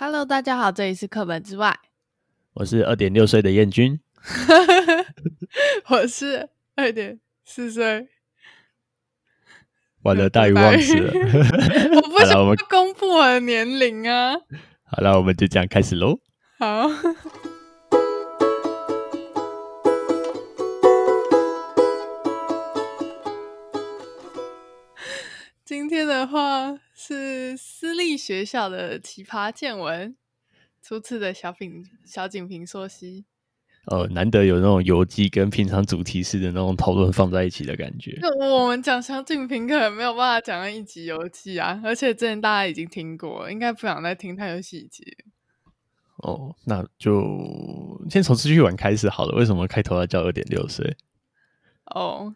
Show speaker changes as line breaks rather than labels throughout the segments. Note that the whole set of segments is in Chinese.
Hello，大家好，这里是课本之外，
我是二点六岁的燕君，
我是二点四岁，。
完了大鱼忘词了
我不
好了，我
想
们
公布我的年龄啊。
好了，我们就这样开始喽。
好， 今天的话是私立学校的奇葩见闻，初次的小品小景评说析。
呃，难得有那种游记跟平常主题式的那种讨论放在一起的 感觉。
那我们讲萧敬平可能没有办法讲到一集游戏啊，而且之前大家已经听过了，应该不想再听太多细节。
哦，那就先从出去玩开始好了。为什么开头要叫二点六岁？
哦，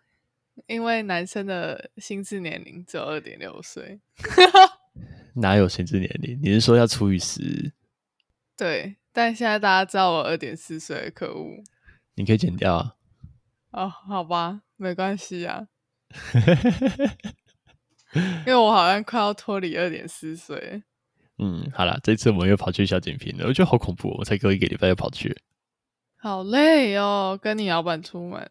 因为男生的心智年龄只有二点六岁，
哪有限制年龄？你是说要除以十？
对，但现在大家知道我二点四岁，可恶
你可以剪掉啊。
哦，好吧，没关系啊，因为我好像快要脱离二点四岁了。
嗯，好啦，这次我们又跑去小景平了，我觉得好恐怖、哦，我才隔一个礼拜就跑去了。
好累哦，跟你老板出门，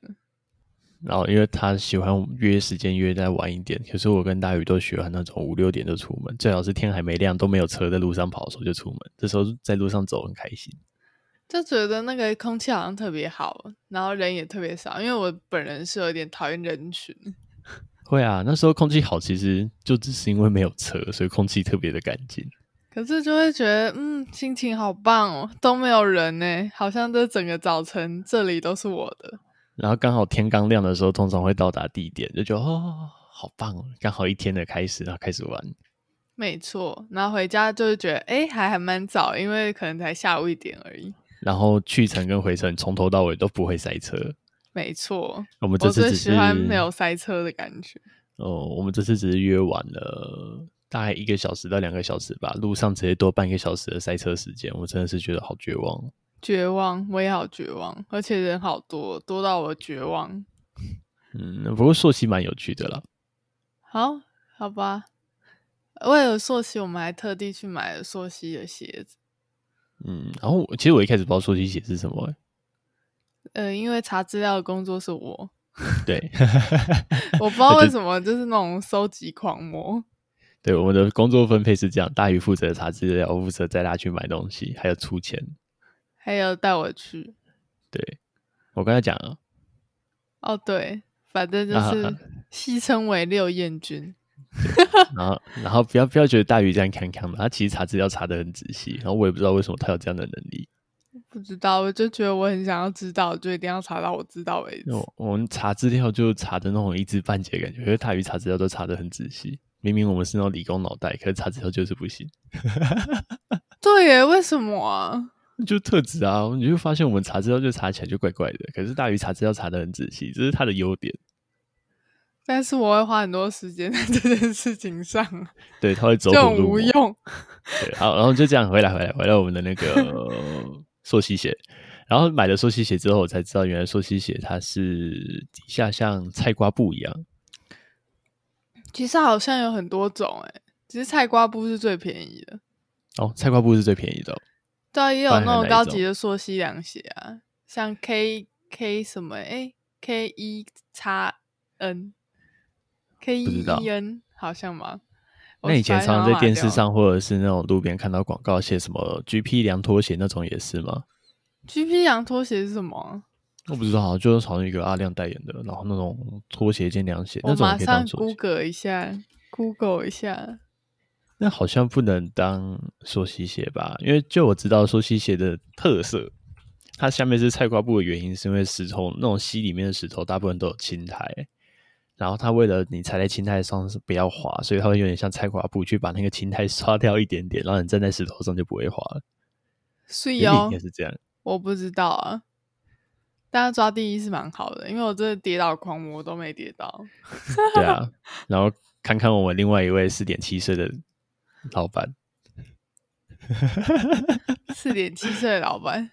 然后因为他喜欢约时间约再晚一点，可是我跟大宇都喜欢那种五六点就出门，最好是天还没亮都没有车在路上跑的时候就出门，这时候在路上走很开心。
就觉得那个空气好像特别好，然后人也特别少，因为我本人是有点讨厌人群。
会啊，那时候空气好，其实就只是因为没有车，所以空气特别的干净。
可是就会觉得，嗯，心情好棒哦，都没有人呢，好像这整个早晨这里都是我的。
然后刚好天刚亮的时候，通常会到达地点，就觉得哦，好棒哦，刚好一天的开始，然后开始玩。
没错，然后回家就是觉得，哎，还还蛮早，因为可能才下午一点而已。
然后去程跟回程从头到尾都不会塞车。
没错，
我们
我
这次
最
只
喜
是
欢没有塞车的感觉。
哦，我们这次只是约晚了大概一个小时到两个小时吧，路上直接多半个小时的塞车时间，我真的是觉得好绝望。
绝望，我也好绝望，而且人好多，多到我绝望。
嗯，不过朔溪蛮有趣的啦。
好，好吧。为了溯溪，我们还特地去买了溯溪的鞋子。
嗯，然后我其实我一开始不知道朔溪写是什么、欸，
呃，因为查资料的工作是我，
对，
我不知道为
就
什么，就是那种收集狂魔。
对，我们的工作分配是这样，大鱼负责查资料，我负责带他去买东西，还有出钱。
还有带我去，
对，我刚才讲啊了，
哦对，反正就
啊
是戏称为六燕军。
然后然后不要不要觉得大鱼这样康康的，他其实查资料查得很仔细，然后我也不知道为什么他有这样的能力。
不知道，我就觉得我很想要知道，就一定要查到我知道为止。
我我们查资料就查的那种一知半解的感觉，可是大鱼查资料都查的很仔细。明明我们是那种理工脑袋，可是查资料就是不行，
对耶，为什么啊？
就特质啊！你就发现我们查资料就查起来就怪怪的，可是大鱼查资料查的很仔细，这是他的优点。
但是我会花很多时间在 这件事情上，
对，他会走
就
火
很
入
无
魔。
用。
对，好，然后就这样回来，回来，回来我们的那 个溯溪鞋。然后买了溯溪鞋之后，我才知道原来溯溪鞋它是底下像菜瓜布一样。
其实好像有很多种哎，只是菜瓜布是最便宜的，
哦，菜瓜布是最便宜的哦、
对啊，也有
不然
那
还
种
哪一
高级
种
的溯溪凉鞋啊，像 K K 什么哎 K 一叉 N K
不知
一
道
E N 好像吗？哦
那以前
我反正好
常常
像
在电
买
视
掉
上或者是那种路边看到广告写什么 GP 凉拖鞋那种也是吗？
GP 羊拖鞋是什么啊？
我不知道，就是好像一个阿亮代言的，然后那种拖鞋兼凉鞋
我
那种也
马
可以当
上
做，
Google 一下，Google 一下。
那好像不能当溯溪鞋吧？因为就我知道溯溪鞋的特色，它下面是菜瓜布的原因是因为石头那种溪里面的石头大部分都有青苔，然后它为了你踩在青苔上是不要滑，所以它会有点像菜瓜布去把那个青苔刷掉一点点，然后你站在石头上就不会滑了。
所以
原理
哦
应该，是这样。
我不知道啊。但是抓第一是蛮好的，因为我真的跌倒狂魔都没跌倒。
对啊，然后看看我们另外一位四点七岁的老板，
四点七岁的老板，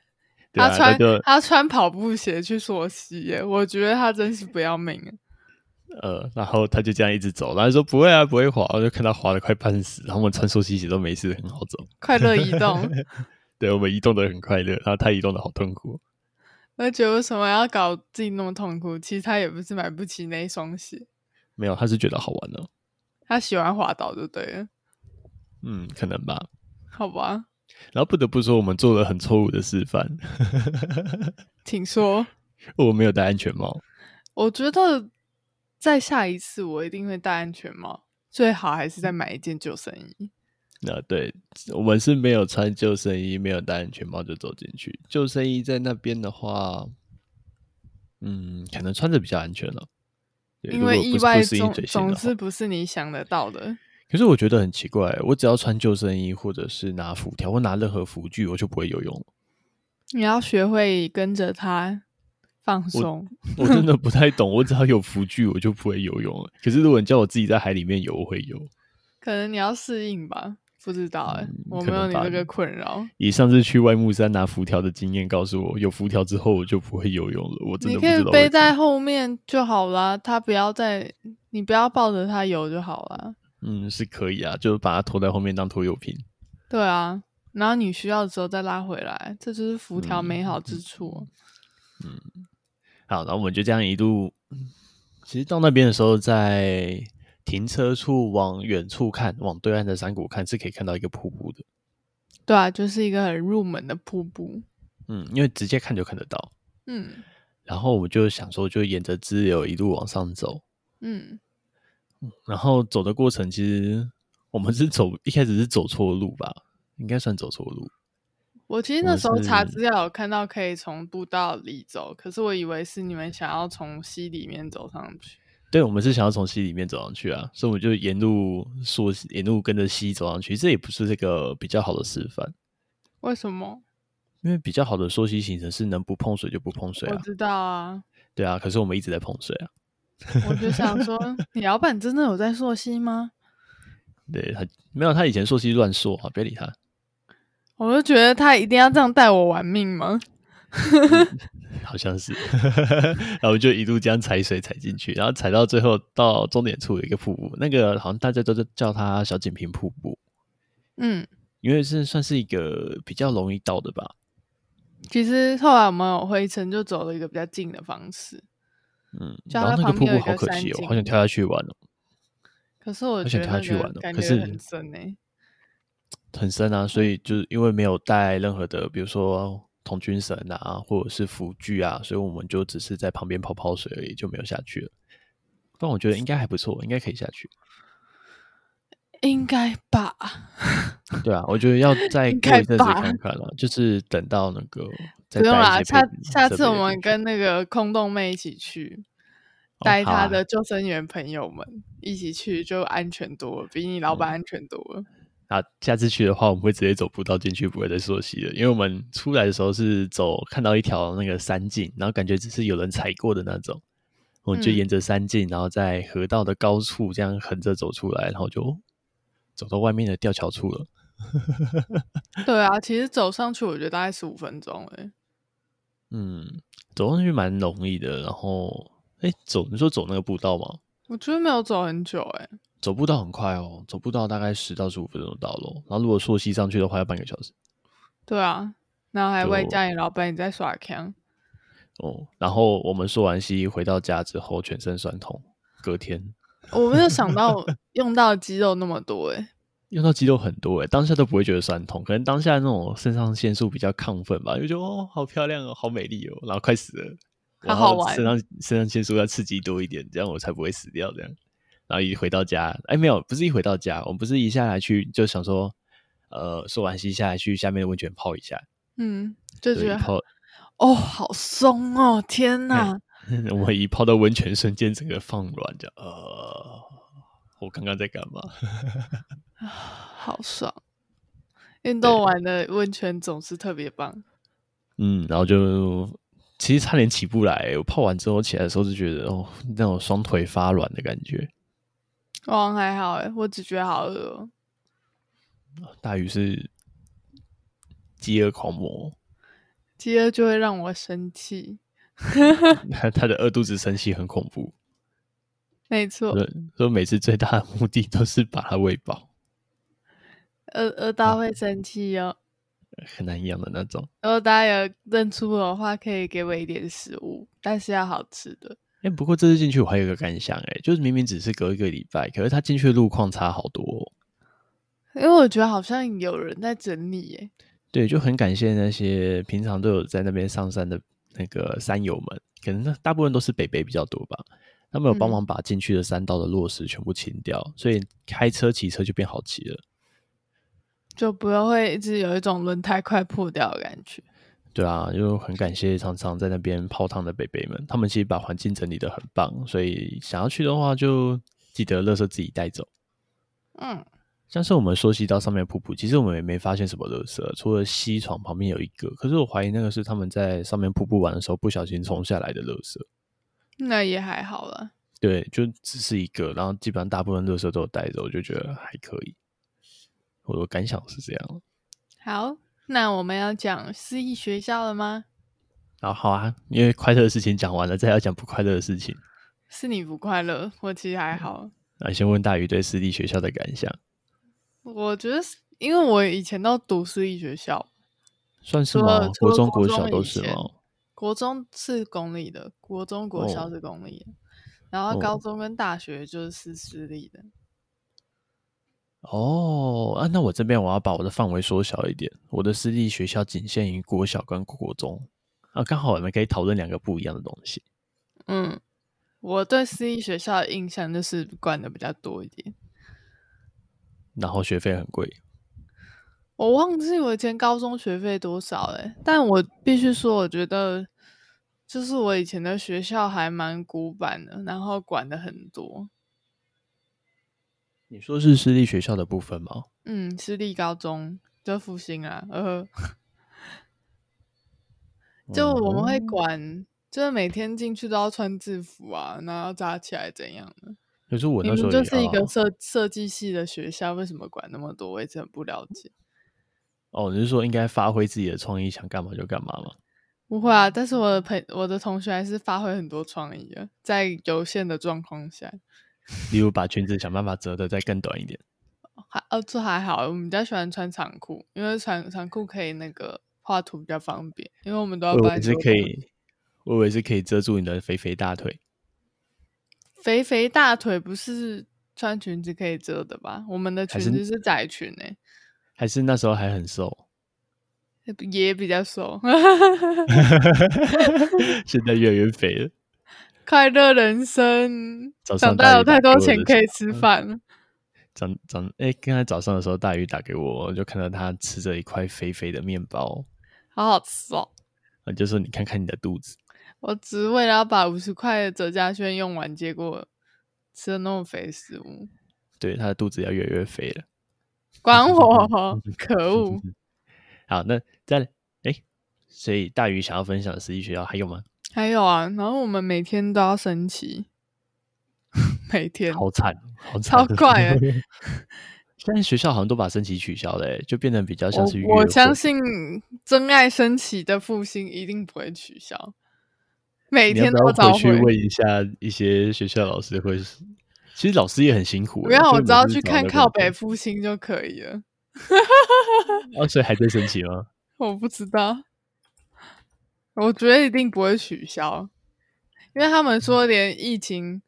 对啊，
他
他
穿
就
他穿跑步鞋去溯溪耶，我觉得他真是不要命啊。
呃，然后他就这样一直走，然后说不会啊，不会滑，我就看他滑的快半死，然后我们穿溯溪鞋都没事，很好走。
快乐移 动，
对我们移动的很快乐，然后他移动的好痛苦。
我就觉得为什么要搞自己那么痛苦？其实他也不是买不起那一双鞋，
没有，他是觉得好玩哦，
他喜欢滑倒就对了，
嗯，可能吧。
好吧，
然后不得不说，我们做了很错误的示范，
请说。
我没有戴安全帽。
我觉得在下一次我一定会戴安全帽，最好还是再买一件救生衣。
那对我们是没有穿救生衣，没有戴安全帽就走进去。救生衣在那边的话，嗯，可能穿着比较安全了、对
因
如
为
果不
意
是
外
不是因
总
嘴型的
总
话
是不是你想得到的。
可是我觉得很奇怪，我只要穿救生衣，或者是拿浮条，或拿任何浮具，我就不会游泳了。
你要学会跟着他放松。
我真的不太懂，我只要有浮具，我就不会游泳了。可是如果你叫我自己在海里面游，我会游。
可能你要适应吧，不知道哎、
嗯
我
可
没有
能
你
吧
这个困扰。
以上次去外木山拿浮条的经验告诉我，有浮条之后我就不会游泳了。我真
你
的不
可以
知道为
背
什么
在后面就好啦，他不要再，你不要抱着他游就好啦。
嗯，是可以啊，就是把它拖在后面当拖油瓶。
对啊，然后你需要的时候再拉回来，这就是浮条
嗯
美好之处。
好，然后我们就这样一路，嗯其实到那边的时候，在停车处往远处看，往对岸的山谷看，是可以看到一个瀑布的。
对啊，就是一个很入门的瀑布。
嗯，因为直接看就看得到。
嗯
然后我们就想说，就沿着支流一路往上走。
嗯，
然后走的过程，其实我们是走一开始是走错路吧，应该算走错路。
我其实那时候查资料有看到可以从步道里走，可是我以为是你们想要从溪里面走上去。
对，我们是想要从溪里面走上去啊，所以我们就沿路溯溪，沿路跟着溪走上去。这也不是这个比较好的示范，
为什么？
因为比较好的溯溪行程是能不碰水就不碰水
我
啊，
知道啊，
对啊。可是我们一直在碰水啊，
我就想说， 你老板真的有在溯溪吗？
对他没有他以前溯溪乱溯啊，别理他。
我就觉得他一定要这样带我玩命吗？
好像是， 然后我就一路这样踩水踩进去，然后踩到最后到终点处有一个瀑布，那个好像大家都叫它小锦屏瀑布，
嗯，
因为是算是一个比较容易到的吧。
其实后来我们有回程，就走了一个比较近的方式。
嗯，
就它
然后那个
旁
瀑
边有
布
一个
好可
山
惜哦，
景
好想跳下去玩哦，
可是我
好
觉
想
得
跳下去
那
玩
个
哦
感
可
觉
是
很深欸诶、
很深啊，所以就是因为没有带任何的，比如说童军绳啊，或者是浮具啊，所以我们就只是在旁边泡泡水而已，就没有下去了。但我觉得应该还不错，应该可以下去。
应该吧？
对啊，我觉得要再
应
过
该
一阵子
吧
看看了，就是等到那 个再
不用
带一
啦，
些
下
配
下
设
次我
备
们
进去
跟那个空洞妹一起去，
哦
带
好
她
啊
的救生员朋友们一起去，就安全多了，比你老
嗯
板安全多了。
啊，下次去的话，我们会直接走步道进去，不会再溯溪了。因为我们出来的时候是走看到一条那个山径，然后感觉只是有人踩过的那种，我们就
嗯
沿着山径，然后在河道的高处这样横着走出来，然后就哦走到外面的吊桥处了。
对啊，其实走上去我觉得大概十五分钟欸诶、
嗯，走上去蛮容易的。然后，哎，走你说走那个步道吗？
我觉得没有走很久欸诶、
走步道很快哦，走步道大概十到十五分钟就到了。哦然后如果溯溪上去的话，要半个小时。
对啊，然后还外
就
加你老板你在耍枪，
哦，然后我们溯完溪回到家之后，全身酸痛，隔天
我没有想到用到的肌肉那么多诶、欸
用到肌肉很多诶、欸当下都不会觉得酸痛，可能当下那种肾上腺素比较亢奋吧，就觉得哦，好漂亮哦，好美丽哦，然后快死了，
好
然
好
后
玩
肾上肾上腺素要刺激多一点，这样我才不会死掉这样。然后一回到家，哎，没有，不是一回到家，我们不是一下来去就想说，呃，溯完溪下来去下面的温泉泡一下，
嗯，就觉
对，
得
泡，
哦，好松哦，天哪！
我们一泡到温泉，瞬间整个放软，就呃，我刚刚在干嘛？
好爽！运动完的温泉总是特别棒。
嗯，然后就其实差点起不来，我泡完之后起来的时候就觉得哦，那种双腿发软的感觉。
我好像还好诶，我只觉得好饿、哦。
大鱼是饥饿狂魔，
饥饿就会让我生气。
他他的饿肚子生气很恐怖。
没错，
所以所以每次最大的目的都是把它喂饱，
鹅鹅大
啊
会生气哦。
很难养的那种。
如果大家有认出我的话，可以给我一点食物，但是要好吃的。
哎、不过这次进去我还有一个感想、哎，就是明明只是隔一个礼拜，可是它进去的路况差好多、哦。
因为我觉得好像有人在整理欸耶，
对，就很感谢那些平常都有在那边上山的那个山友们，可能那大部分都是北北比较多吧。他们有帮
嗯
忙把进去的山道的落石全部清掉，所以开车、骑车就变好骑了。
就不要会一直有一种轮胎快破掉的感觉。
对啊，就很感谢常常在那边泡汤的北北们，他们其实把环境整理的很棒，所以想要去的话就记得垃圾自己带走。
嗯，
像是我们说西到上面的瀑布，其实我们也没发现什么垃圾，除了西床旁边有一个，可是我怀疑那个是他们在上面瀑布玩的时候不小心冲下来的垃圾。
那也还好啦。
对，就只是一个，然后基本上大部分垃圾都有带走，我就觉得还可以。我的感想是这样。
好，那我们要讲私立学校了吗？
然后好啊，因为快乐的事情讲完了，再要讲不快乐的事情。
是你不快乐，我其实还好。
那先问大鱼对私立学校的感想，
我觉得是，因为我以前都读私立学校，
算是
除了
吗？
除
国
了
中、
国
国
中
小
以
都是
前
吗？
国中是公立的，国中、国小
哦
是公立的，然后
哦
高中跟大学就是私私立的。
哦，啊，那我这边我要把我的范围缩小一点，我的私立学校仅限于国小跟国中啊，刚好我们可以讨论两个不一样的东西。
嗯，我对私立学校的印象就是管的比较多一点。
然后学费很贵，
我忘记我以前高中学费多少了，欸但我必须说，我觉得就是我以前的学校还蛮古板的，然后管的很多。
你说是私立学校的部分吗？
嗯，私立高中就复兴啊，呃， 就我们会
嗯
管，就是每天进去都要穿制服啊，然后扎起来怎样的。
可是我
你
那时
们
候
就
也啊
是一
要
个设设计系的学校，为什么管那么多？我一直很不了解。
哦，你是说应该发挥自己的创意，想干嘛就干嘛吗？
不会啊，但是我的朋我的同学还是发挥很多创意的，在有限的状况下，
例如把裙子想办法折得再更短一点。
还哦这还好，我们比较喜欢穿长裤，因为长长裤可以那个画图比较方便，因为我们都要
我以
搬
为是可以，我以为是可以遮住你的肥肥大腿。
肥肥大腿不是穿裙子可以遮的吧？我们的裙
还是
子是窄裙诶、
还是那时候还很 瘦，
也比较瘦，
现在越来越肥了。
快乐人生，
早上
长大有
大
太
姨打
多
给我
钱
的
可以
早
吃
餐
饭了。
早早哎，刚才早上的时候，大鱼打给我，我就看到他吃着一块肥肥的面包，
好好吃哦！
我就说你看看你的肚子。
我只为了要把五十块的折价券用完，结果吃了那么肥的食物，
对，他的肚子要越来越肥了。
管 我！哦可恶！
好，那再来，哎，所以大鱼想要分享的实际学校还有吗？
还有啊，然后我们每天都要升旗， 每天
好惨，好
超
惨，
怪欸
现在学校好像都把升旗取消了、欸，就变得比较像是约
我我
会
相信真爱升旗的复兴一定不会取消，每
你要
天
不
都
要
早
回去问一下一些学校老师会？其实老师也很辛苦、欸，
不要，
所以
我
你
只要
是
去
找
看
那个
靠北复兴就可以了。
哦，所以还在升旗吗？
我不知道，我觉得一定不会取消，因为他们说连疫情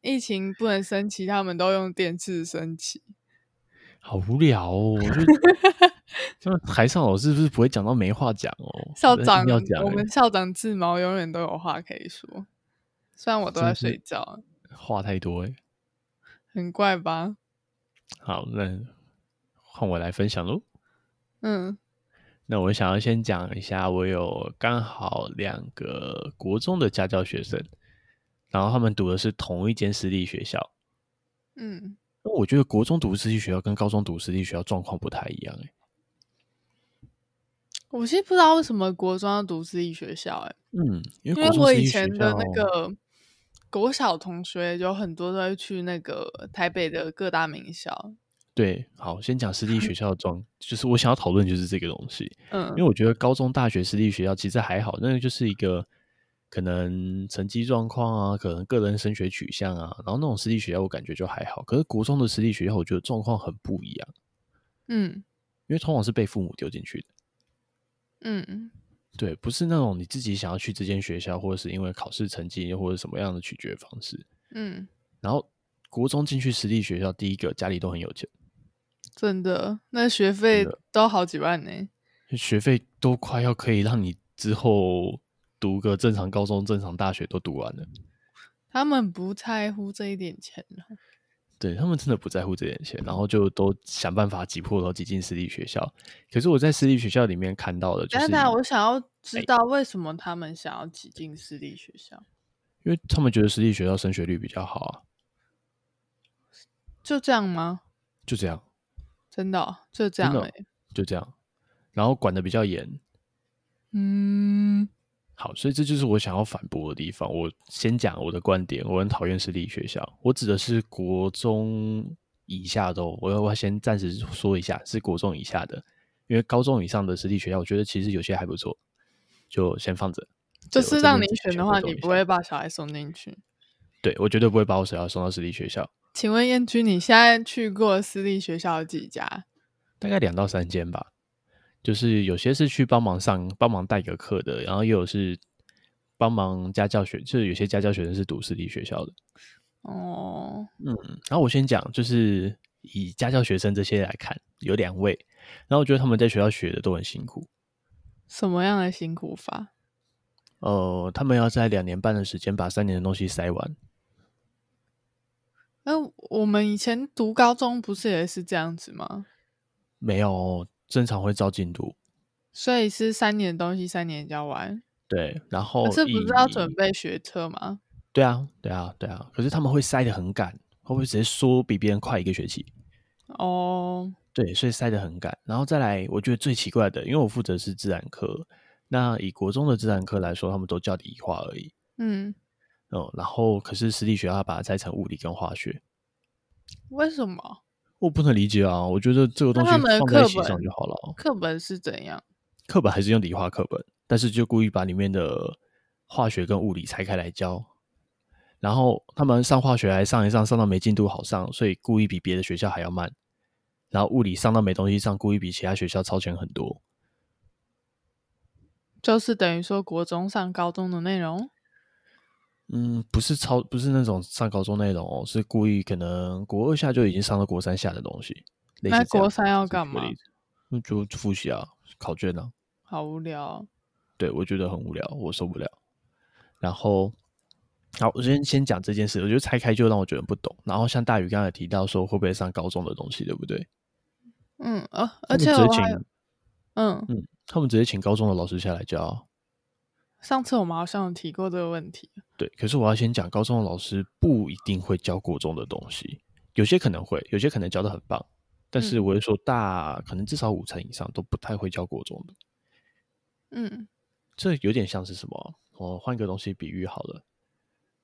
疫情不能升旗，他们都用电视升旗。
好无聊哦！我 就就台上老师是不是不会讲到没话讲哦？
校
我在硬
长
要讲、
我
欸
们，校长自毛永远都有话可以说，虽然我都在
真是
睡觉，
话太多哎、
很怪吧？
好，那换我来分享喽。
嗯
那我想要先讲一下，我有刚好两个国中的家教学生，然后他们读的是同一间私立学校。
嗯，
那我觉得国中读私立学校跟高中读私立学校状况不太一样哎、
我其实不知道为什么国中要读私立学校、欸，
嗯，
因
因为
为
国中
我
私
以
立
前
学
的
校
那个国小同学有很多都会去那个台北的各大名校，
对，好，先讲私立学校的状， 就是我想要讨论就是这个东西。
嗯
因为我觉得高中、大学私立学校其实还好，那个就是一个可能成绩状况啊，可能个人升学取向啊，然后那种私立学校我感觉就还好，可是国中的私立学校我觉得状况很不一样，
嗯
因为通常是被父母丢进去的，
嗯
对，不是那种你自己想要去这间学校，或者是因为考试成绩或者什么样的取决方式。
嗯，
然后国中进去私立学校，第一个家里都很有钱，
真的，那学费
的
都好几万呢。
学费都快要可以让你之后读个正常高中、正常大学都读完了。
他们不在乎这一点钱啊了。
对他们真的不在乎这点钱，然后就都想办法挤破头挤进私立学校。可是我在私立学校里面看到的，就
但
是哎
是，我想要知道为什么他们想要挤进私立学校，
因为他们觉得私立学校升学率比较好啊，
就这样吗？
就这样，
真的哦、就这
真
样
的
哎、
哦就这样，然后管的比较严，
嗯
好，所以这就是我想要反驳的地方。我先讲我的观点，我很讨厌私立学校，我指的是国中以下的哦。我要我要先暂时说一下，是国中以下的，因为高中以上的私立学校，我觉得其实有些还不错，就先放着。
就
对
是让你选的话，你不。会
我这边只是
把小孩送进去。
对我绝对不会把我小孩送到私立学校，
请问燕君，你现在去过私立学校有几家？
大概两到三间吧。就是有些是去帮忙上、帮忙代个课的，然后也有是帮忙家教学，就是有些家教学生是读私立学校的。
哦，
然后我先讲，就是以家教学生这些来看，有两位，然后我觉得他们在学校学的都很辛苦。
什么样的辛苦法？
呃，他们要在两年半的时间把三年的东西塞完。
那我们以前读高中不是也是这样子吗？
没有哦，正常会照进度。
所以是三年的东西三年教完，
对，然后
可是不
以
是要准？备学车吗？
对啊，对啊，对啊。可是他们会塞的很赶，会不会直接说比别人快一个学期？
哦，
对，所以塞得很赶。然后再来，我觉得最奇怪的，因为我负责是自然科，那以国中的自然科来说，他们都叫理化而已。
嗯，
嗯，然后可是私立学校把它拆成物理跟化学，
为什么
我不能理解啊！我觉得这个东西
那他们的
放在一
课
起上
本
就好了哦。
课本是怎样？
课本还是用理化课本，但是就故意把里面的化学跟物理拆开来教。然后他们上化学还上一上，上到没进度好上，所以故意比别的学校还要慢。然后物理上到没东西上，故意比其他学校超前很多。
就是等于说国中上高中的内容。
嗯，不是超，不是那种上高中那种哦，是故意可能国二下就已经上到国三下的东西。类似
那
这样
国三要
这是
干
举个
嘛
例子？那就就复习啊，考卷啊。
好无聊哦、
对我觉得很无聊，我受不了。然后，好，我先先讲这件事，我觉得拆开就让我觉得不懂。然后像大宇刚才提到说，会不会上高中的东西，对不对？
嗯，呃、
他
而
们
且
直接
我还有
请，
嗯，
嗯，他们直接请高中的老师下来教啊。
上次我们好像有提过这个问题。
对，可是我要先讲，高中的老师不一定会教国中的东西，有些可能会，有些可能教的很棒，但是
嗯
我会说大，可能至少五成以上都不太会教国中的。
嗯，
这有点像是什么啊？我换个东西比喻好了。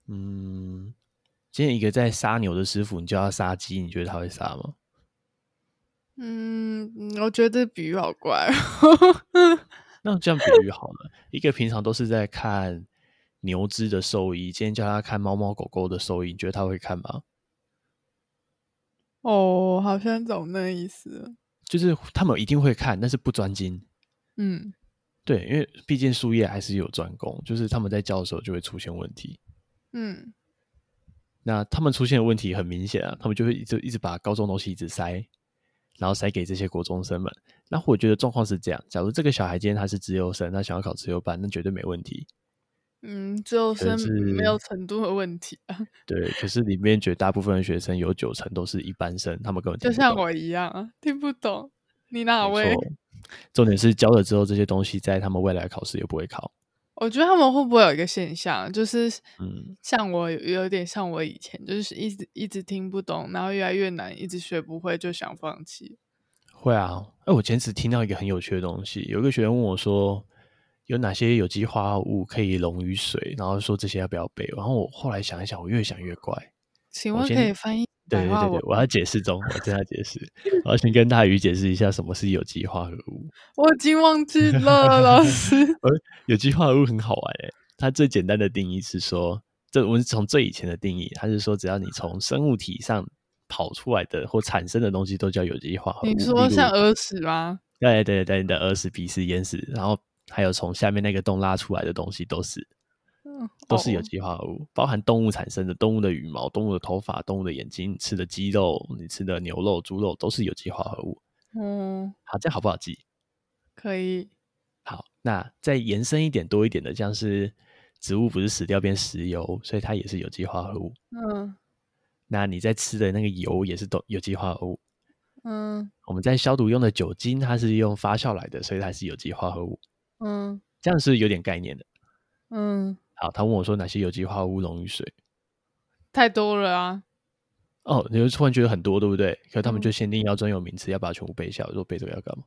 嗯，今天一个在杀牛的师傅，你叫他杀鸡，你觉得他会杀吗？
嗯，嗯我觉得比喻好怪哦。
那这样比喻好了，一个平常都是在看牛只的兽医，今天叫他看猫猫狗狗的兽医，你觉得他会看吗？
哦，好像懂那意思了。
就是他们一定会看，但是不专精。
嗯，
对，因为毕竟术业还是有专攻，就是他们在教的时候就会出现问题。
嗯，
那他们出现的问题很明显啊，他们就会一直一直把高中东西一直塞，然后塞给这些国中生们。那我觉得状况是这样：假如这个小孩今天他是资优生，他想要考资优班，那绝对没问题。
嗯，就
可
是没
是
有程度的问题啊，
对，可是里面绝大部分的学生有九成都是一般生，他们根本
就
听不
像
懂
我一样啊，听不懂。你哪
没
位
错？。重点是教了之后，这些东西在他们未来考试也不会考。
我觉得他们会不会有一个现象，就是
嗯
像我有有点像我以前，就是一直一直听不懂，然后越来越难，一直学不会，就想放弃。
会啊，哎，我前次听到一个很有趣的东西，有一个学员问我说，有哪些有机化合物可以溶于水，然后说这些要不要背？然后我后来想一想，我越想越怪。
请
我
问
先
可以翻译
对
白
对
话
对对
文？，
我要解释中，我正 要解释，我要先跟大鱼解释一下什么是有机化合物。
我已经忘记了，老师。
有机化合物很好玩诶、欸它最简单的定义是说，这我们是从最以前的定义，它是说只要你从生物体上跑出来的或产生的东西都叫有机化合物。
你说像
例如
耳屎吗？
对对对，你的耳屎、鼻屎、眼屎，然后还有从下面那个洞拉出来的东西都是
嗯，
都是有
哦
机化合物，包含动物产生的，动物的羽毛、动物的头发、动物的眼睛、你吃的鸡肉、你吃的牛肉、猪肉都是有机化合物。
嗯，
好，这样好不好记？
可以。
好，那再延伸一点多一点的，像是植物不是死掉变石油，所以它也是有机化合物。
嗯
那你在吃的那个油也是都有机化合物。
嗯
我们在消毒用的酒精，它是用发酵来的，所以它是有机化合物。
嗯
这样是不是有点概念的。
嗯，
好，他问我说哪些有机化合物溶于水？
太多了啊。
哦，你就突然觉得很多，对不对？可他们
嗯
就限定要专有名词，要把它全部背下来。我说背这个要干嘛？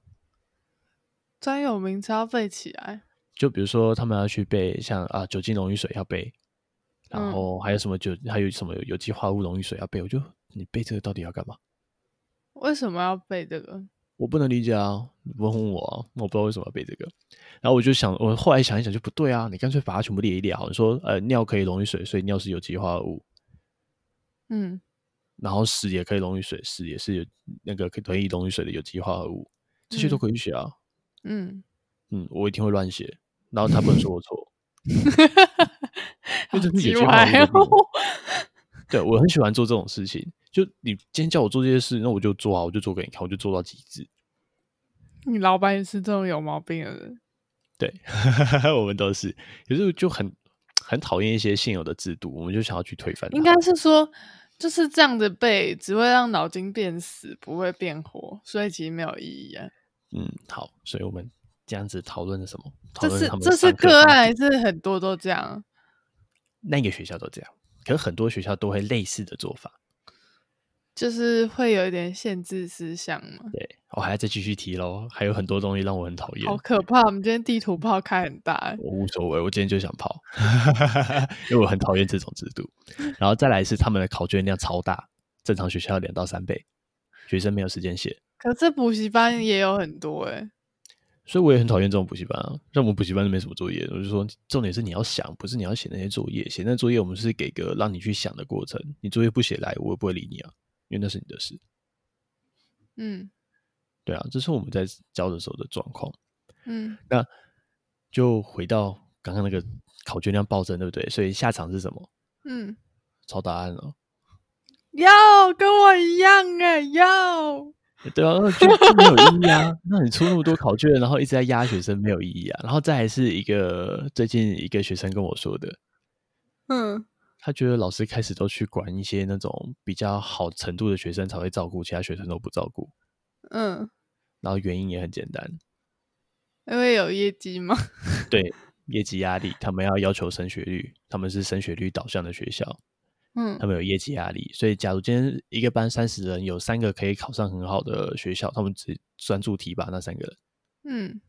专有名词要背起来。
就比如说他们要去背像啊酒精溶于水要背，然
嗯
后还有什么酒，还有什么有机化合物溶于水要背，我就你背这个到底要干嘛？
为什么要背这个？
我不能理解啊，你不问我啊，我不知道为什么要背这个。然后我就想，我后来想一想就不对啊，你干脆把它全部列一列好。你说呃尿可以溶于水，所以尿是有机化合物，
嗯
然后屎也可以溶于水，屎也是有那个可可以溶于水的有机化合物，这些都
嗯
可以写啊。
嗯，
嗯，我一定会乱写，然后他不能说我错。
好
因为这是
奇
有计划
怪
的
哦。
目的对我很喜欢做这种事情，就你今天叫我做这些事，那我就做啊，我就做给你看，我就做到极致。
你老板也是这种有毛病的人。
对，我们都是，有时候就很很讨厌一些现有的制度，我们就想要去推翻它。
应该是说，就是这样子背，只会让脑筋变死，不会变活，所以其实没有意义啊。
嗯，好，所以我们这样子讨论什么？讨
这
论
是
他们
这是
上课
个
方
案，
式，
还是很多都这样？啊
那个学校都这样，可是很多学校都会类似的做法。
就是会有一点限制思想嘛，
对啊我哦还要再继续提喽，还有很多东西让我很讨厌。
好可怕！我们今天地图炮开很大欸，
我无所谓，我今天就想跑， 因为我很讨厌这种制度。然后再来是他们的考卷量超大，正常学校两到三倍，学生没有时间写，
可是补习班也有很多哎，
所以我也很讨厌这种补习班啊。像我们补习班都没什么作业，我就说重点是你要想，不是你要写那些作业。写那作业我们是给个让你去想的过程，你作业不写来，我也不会理你啊，因为那是你的事。
嗯
对啊，这是我们在教的时候的状况。
嗯
那就回到刚刚那个考卷量暴增，对不对？所以下场是什么？
嗯，
抄答案了、哦
要跟我一样哎，要
对啊，那就就没有意义啊。那你出那么多考卷，然后一直在压学生，没有意义啊。然后再来是一个最近一个学生跟我说的，
嗯
他觉得老师开始都去管一些那种比较好程度的学生才会照顾，其他学生都不照顾。
嗯，
然后原因也很简单，
因为有业绩嘛，
对业绩压力，他们要要求升学率，他们是升学率导向的学校，
嗯
他们有业绩压力。所以，假如今天一个班三十人，有三个可以考上很好的学校，他们只专注提拔那三个人。
嗯，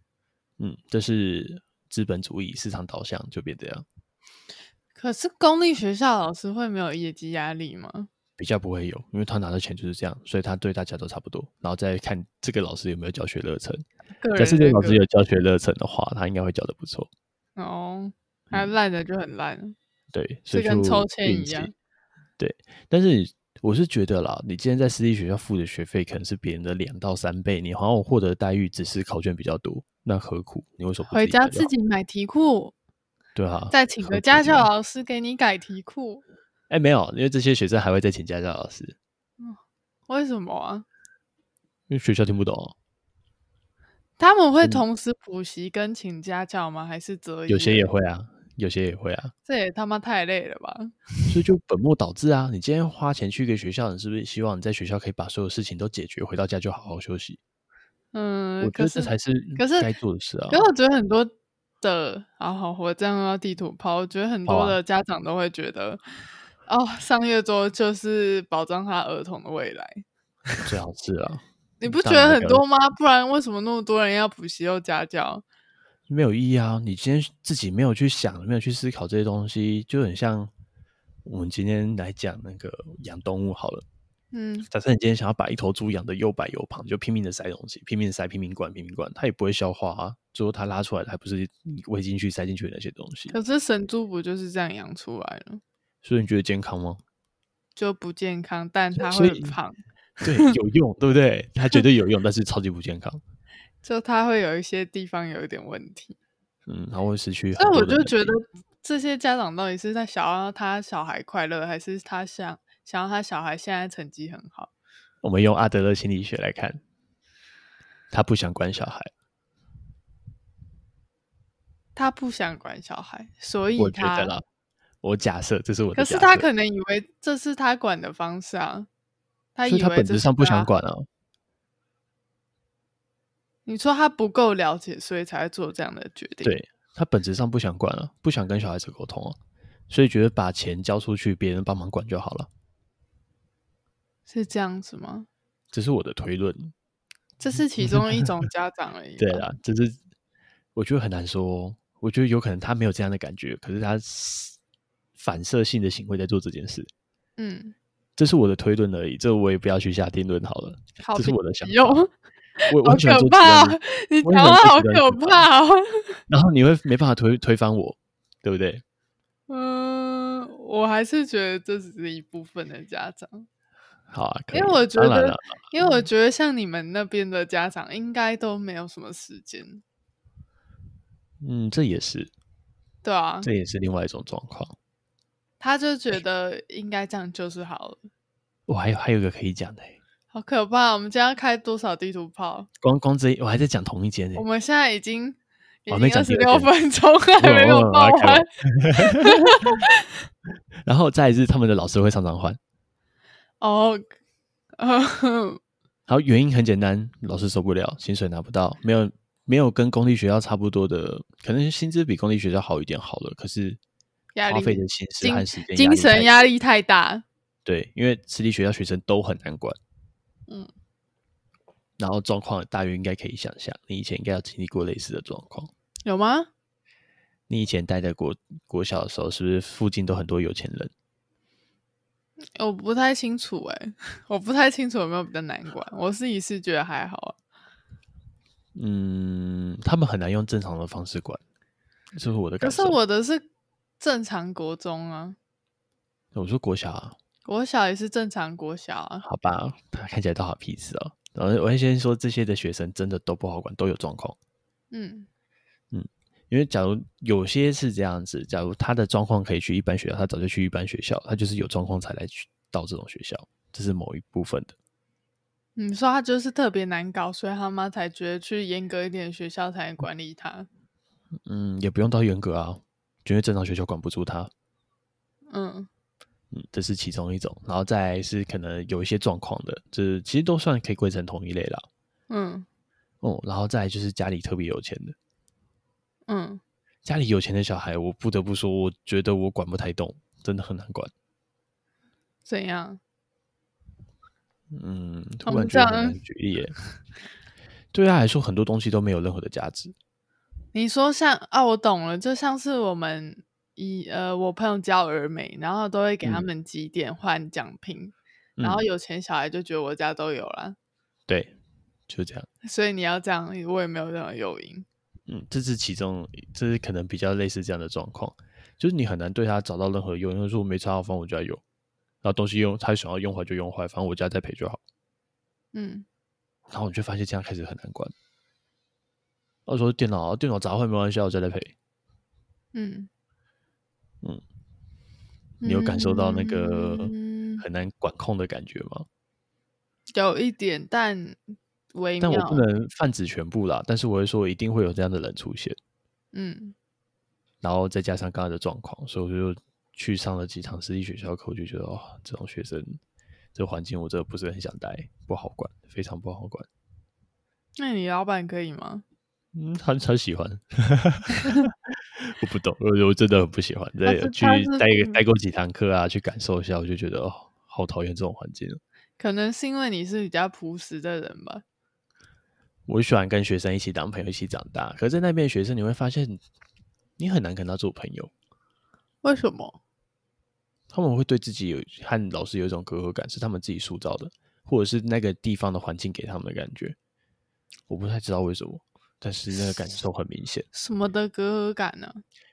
嗯，这是资本主义市场导向就变这样，
可是公立学校老师会没有业绩压力吗？
比较不会有，因为他拿的钱就是这样，所以他对大家都差不多。然后再看这个老师有没有教学热忱，
个
假
人
设这个
那
老师
个
有教学热忱的话，他应该会教的不错。嗯
哦，他烂的就很烂，
对，所
是
以
跟
就
抽签
定
一
期
样。
对，但是你我是觉得啦，你今天在私立学校付的学费可能是别人的两到三倍，你好像获得的待遇只是考卷比较多，那何苦？你为什么不
回家
干就
自
好
己买题库，
对啊？
再请
何
个
苦
家
这
教
样
老师给你改题库，
哎，没有，因为这些学生还会再请家教老师，
为什么啊？
因为学校听不懂啊、
他们会
嗯
同时补习跟请家教吗？还是择一？
有些也，会啊，有些也会啊，
这也他妈太累了吧？
所以就本末倒置啊！你今天花钱去一个学校，你是不是希望你在学校可以把所有事情都解决，回到家就好好休息？
嗯，
我觉
可
得
是
这才是
可是
该做的事啊
可。是我觉得很多的啊，好，我这样要地图炮，我觉得很
好
多
啊
的家长都会觉得，哦，上月周就是保障他儿童的未来。
最好是啊，
你不觉
当
得
然
很
了
多吗？不然为什么那么多人要补习又家教？
没有意义啊！你今天自己没有去想，没有去思考这些东西，就很像我们今天来讲那个养动物好了。
嗯，
假设你今天想要把一头猪养的又白又胖，你就拼命的塞东西，拼命地塞，拼命灌，拼命灌，它也不会消化啊。最后它拉出来的还不是你喂进去塞进去的那些东西，
可是神猪不就是这样养出来的，
所以你觉得健 康吗？
就不健康，但它
所
会
以
很胖，
对，有用，对不对？它绝对有用，但是超级不健康。
就它会有一些地方有一点问题。
嗯，它会失去很
所以
多
我
的能
就觉
力。
得这些家长到底是在想要他小孩快乐，还是他想想要他小孩现在成绩很好？
我们用阿德勒心理学来看，他不想管小孩，
他不想管小孩，所以
我觉
他
得啦，我假设这是我的
可
假设，
是他可能以为这是他管的方式啊，他
所以
以
他
为
本
这
质
是
上不
他
想。管啊。
你说他不够了解，所以才会做这样的决定。，
对他本质上不想管啊，不想跟小孩子沟通啊，所以觉得把钱交出去，别人帮忙管就好了。
是这样子吗？
这是我的推论。
这是 其中一种家长而已吧。
对啊，这是我觉得很难说。我觉得有可能他没有这样的感觉，可是他是反射性的行为在做这件事，
嗯，
这是我的推论而已。这我也不要去下定论好了，
好
这是我的想
皮
法。
哟，
我
好
完全
可怕、哦！你
我
讲
也
话好
很不喜
可
欢
怕哦。
然后你会没办法推推翻我，对不对？
嗯，我还是觉得这只是一部分的家长，
好啊，可以
因为我觉
当然
得
了，
因为我
嗯
觉得像你们那边的家长应该都没有什么时间，
嗯，这也是，
对啊，
这也是另外一种状况。
他就觉得应该这样就是好了。
我还有还有一个可以讲的欸、
好可怕！我们今天要开多少地图炮？
光光这一我还在讲同一间呢、
我们现在已经已
我还没
经
哦
二
讲第
十
二
六
间
分钟，还没有报
我还
完
看。然后再来是他们的老师会常常换，
哦，嗯
然后原因很简单，老师受不了，薪水拿不到，没有没有跟公立学校差不多的，可能薪资比公立学校好一点好了，可是
压
花
力
费的心思和时间、
精神
压力
压力太大。
太对，因为私立学校学生都很难管，
嗯，
然后状况大约应该可以想象，你以前应该有经历过类似的状况。
有吗？
你以前待在国国小的时候，是不是附近都很多有钱人？
我不太清楚哎、 我不太清楚有没有比较难管。我自己是觉得还好啊，
嗯，他们很难用正常的方式管，这是我的
可
感
是
受。
我的是正常国中啊，
我说国小、啊，
国小也是正常国小啊。
好吧，他看起来都好屁事哦。然后我会先说这些的学生真的都不好管，都有状况。
嗯
因为假如有些是这样子，假如他的状况可以去一般学校，他早就去一般学校，他就是有状况才来去到这种学校，这是某一部分的。
你说他就是特别难搞，所以他妈才觉得去严格一点的学校才能管理他。
嗯，也不用到严格啊，因为正常学校管不住他。
嗯，
嗯，这是其中一种，然后再来是可能有一些状况的，这其实都算可以归成同一类啦。
嗯
哦、然后再来就是家里特别有钱的，
嗯，
家里有钱的小孩，我不得不说，我觉得我管不太动，真的很难管。
怎样？
嗯，
我
突然
们
觉得
这
很
样
难举例耶。对他来说，很多东西都没有任何的价值。
你说像啊，我懂了，就像是我们以呃，我朋友教儿美，然后都会给他
嗯
们几点换奖品， 然
嗯
后有钱小孩就觉得我家都有啦，
对，就是这样。
所以你要这样，我也没有任何诱因。
嗯，这是其中，这是可能比较类似这样的状况，就是你很难对他找到任何用，因为说我没差，反正我家有，然后东西用他想要用坏就用坏，反正我家再赔就好。
嗯，
然后你就发现这样开始很难管。我说电脑啊，电脑砸坏没关系啊，我再来赔。
嗯
嗯，你有感受到那个
嗯
很难管控的感觉吗？
有一点，但微
但
妙。
我不能泛指全部啦，但是我会说一定会有这样的人出现，
嗯
然后再加上刚才的状况，所以我就去上了几堂私立学校课，我就觉得哦，这种学生这个环境我真的不是很想待，不好管，非常不好管。
那你老板可以吗？
嗯，他他喜欢， 我不懂，我我真的很不喜欢。再
是
去
他是
待一个
嗯
待过几堂课啊，去感受一下，我就觉得哦，好讨厌这种环境哦。
可能是因为你是比较朴实的人吧。
我喜欢跟学生一起当朋友，一起长大。可是在那边的学生，你会发现你很难跟他做朋友。
为什么？
他们会对自己有和老师有一种隔阂感，是他们自己塑造的，或者是那个地方的环境给他们的感觉。我不太知道为什么，但是那个感受很明显。
什么的隔阂感呢、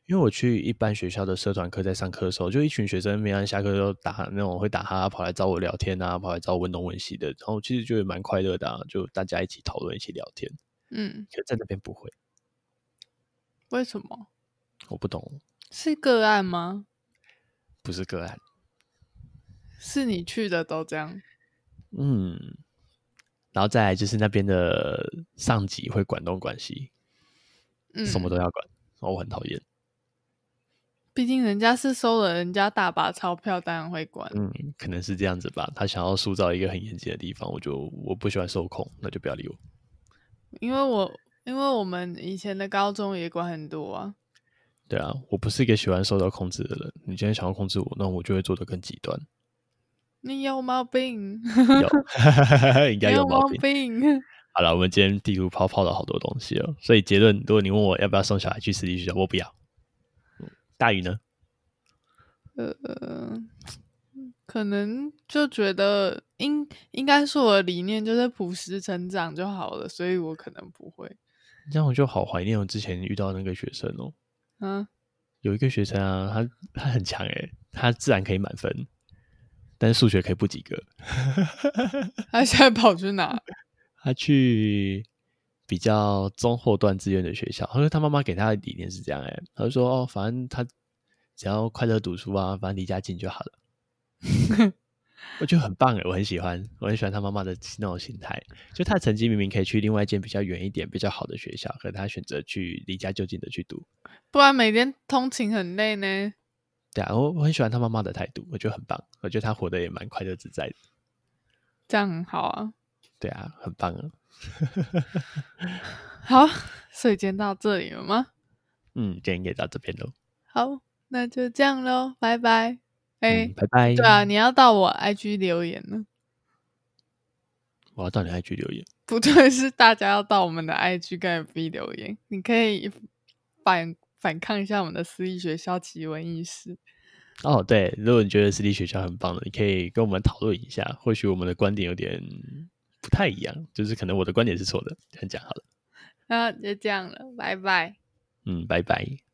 因为我去一般学校的社团课，在上课的时候，就一群学生每天下课都打那种会打哈哈，跑来找我聊天啊，跑来找我问东问西的，然后其实就也蛮快乐的、啊，就大家一起讨论，一起聊天。
嗯，
可是在那边不会，
为什么？
我不懂，
是个案吗？
不是个案。
是你去的都这样？
嗯，然后再来就是那边的上级会管东管西，
嗯，
什么都要管，然后我很讨厌。
毕竟人家是收了人家大把钞票，当然会管。
嗯，可能是这样子吧。他想要塑造一个很严谨的地方，我就我不喜欢受控，那就不要理我。
因为我因为我们以前的高中也管很多啊，
对啊，我不是一个喜欢受到控制的人。你今天想要控制我，那我就会做的更极端。
你有毛病，
有，应该
你
有啊毛
毛
病。
病。
好了，我们今天地图炮炮了好多东西哦。所以结论，如果你问我要不要送小孩去私立学校，我不要。嗯大宇呢？
呃，可能就觉得应应该是我的理念就是朴实成长就好了，所以我可能不会。
这样我就好怀念我之前遇到那个学生哦。
嗯，
有一个学生啊，他他很强诶，他自然可以满分，但是数学可以不及格。
他现在跑去哪？
他去比较中后段志愿的学校，他说他妈妈给他的理念是这样、欸，哎，他就说哦，反正他只要快乐读书啊，反正离家近就好了。我觉得很棒哎，我很喜欢，我很喜欢他妈妈的那种心态。就他的成绩明明可以去另外一间比较远一点、比较好的学校，可他选择去离家就近的去读。
不然每天通勤很累呢。
对啊，我我很喜欢他妈妈的态度，我觉得很棒。我觉得他活得也蛮快乐自在的。
这样很好啊。
对啊，很棒啊。
好，所以今天到这里了吗？
嗯，今天也到这边喽。
好，那就这样喽，拜拜。哎、
嗯，拜拜。
对啊，，你要到我 IG 留言呢？
我要到你 IG 留言。
不对，是大家要到我们的 IG 跟 FB 留言。你可以反反抗一下我们的私立学校奇闻异事。
哦，对，如果你觉得私立学校很棒的，你可以跟我们讨论一下，或许我们的观点有点不太一样，就是可能我的观点是错的，这样讲好了。
那就这样了，拜拜。
嗯，拜拜。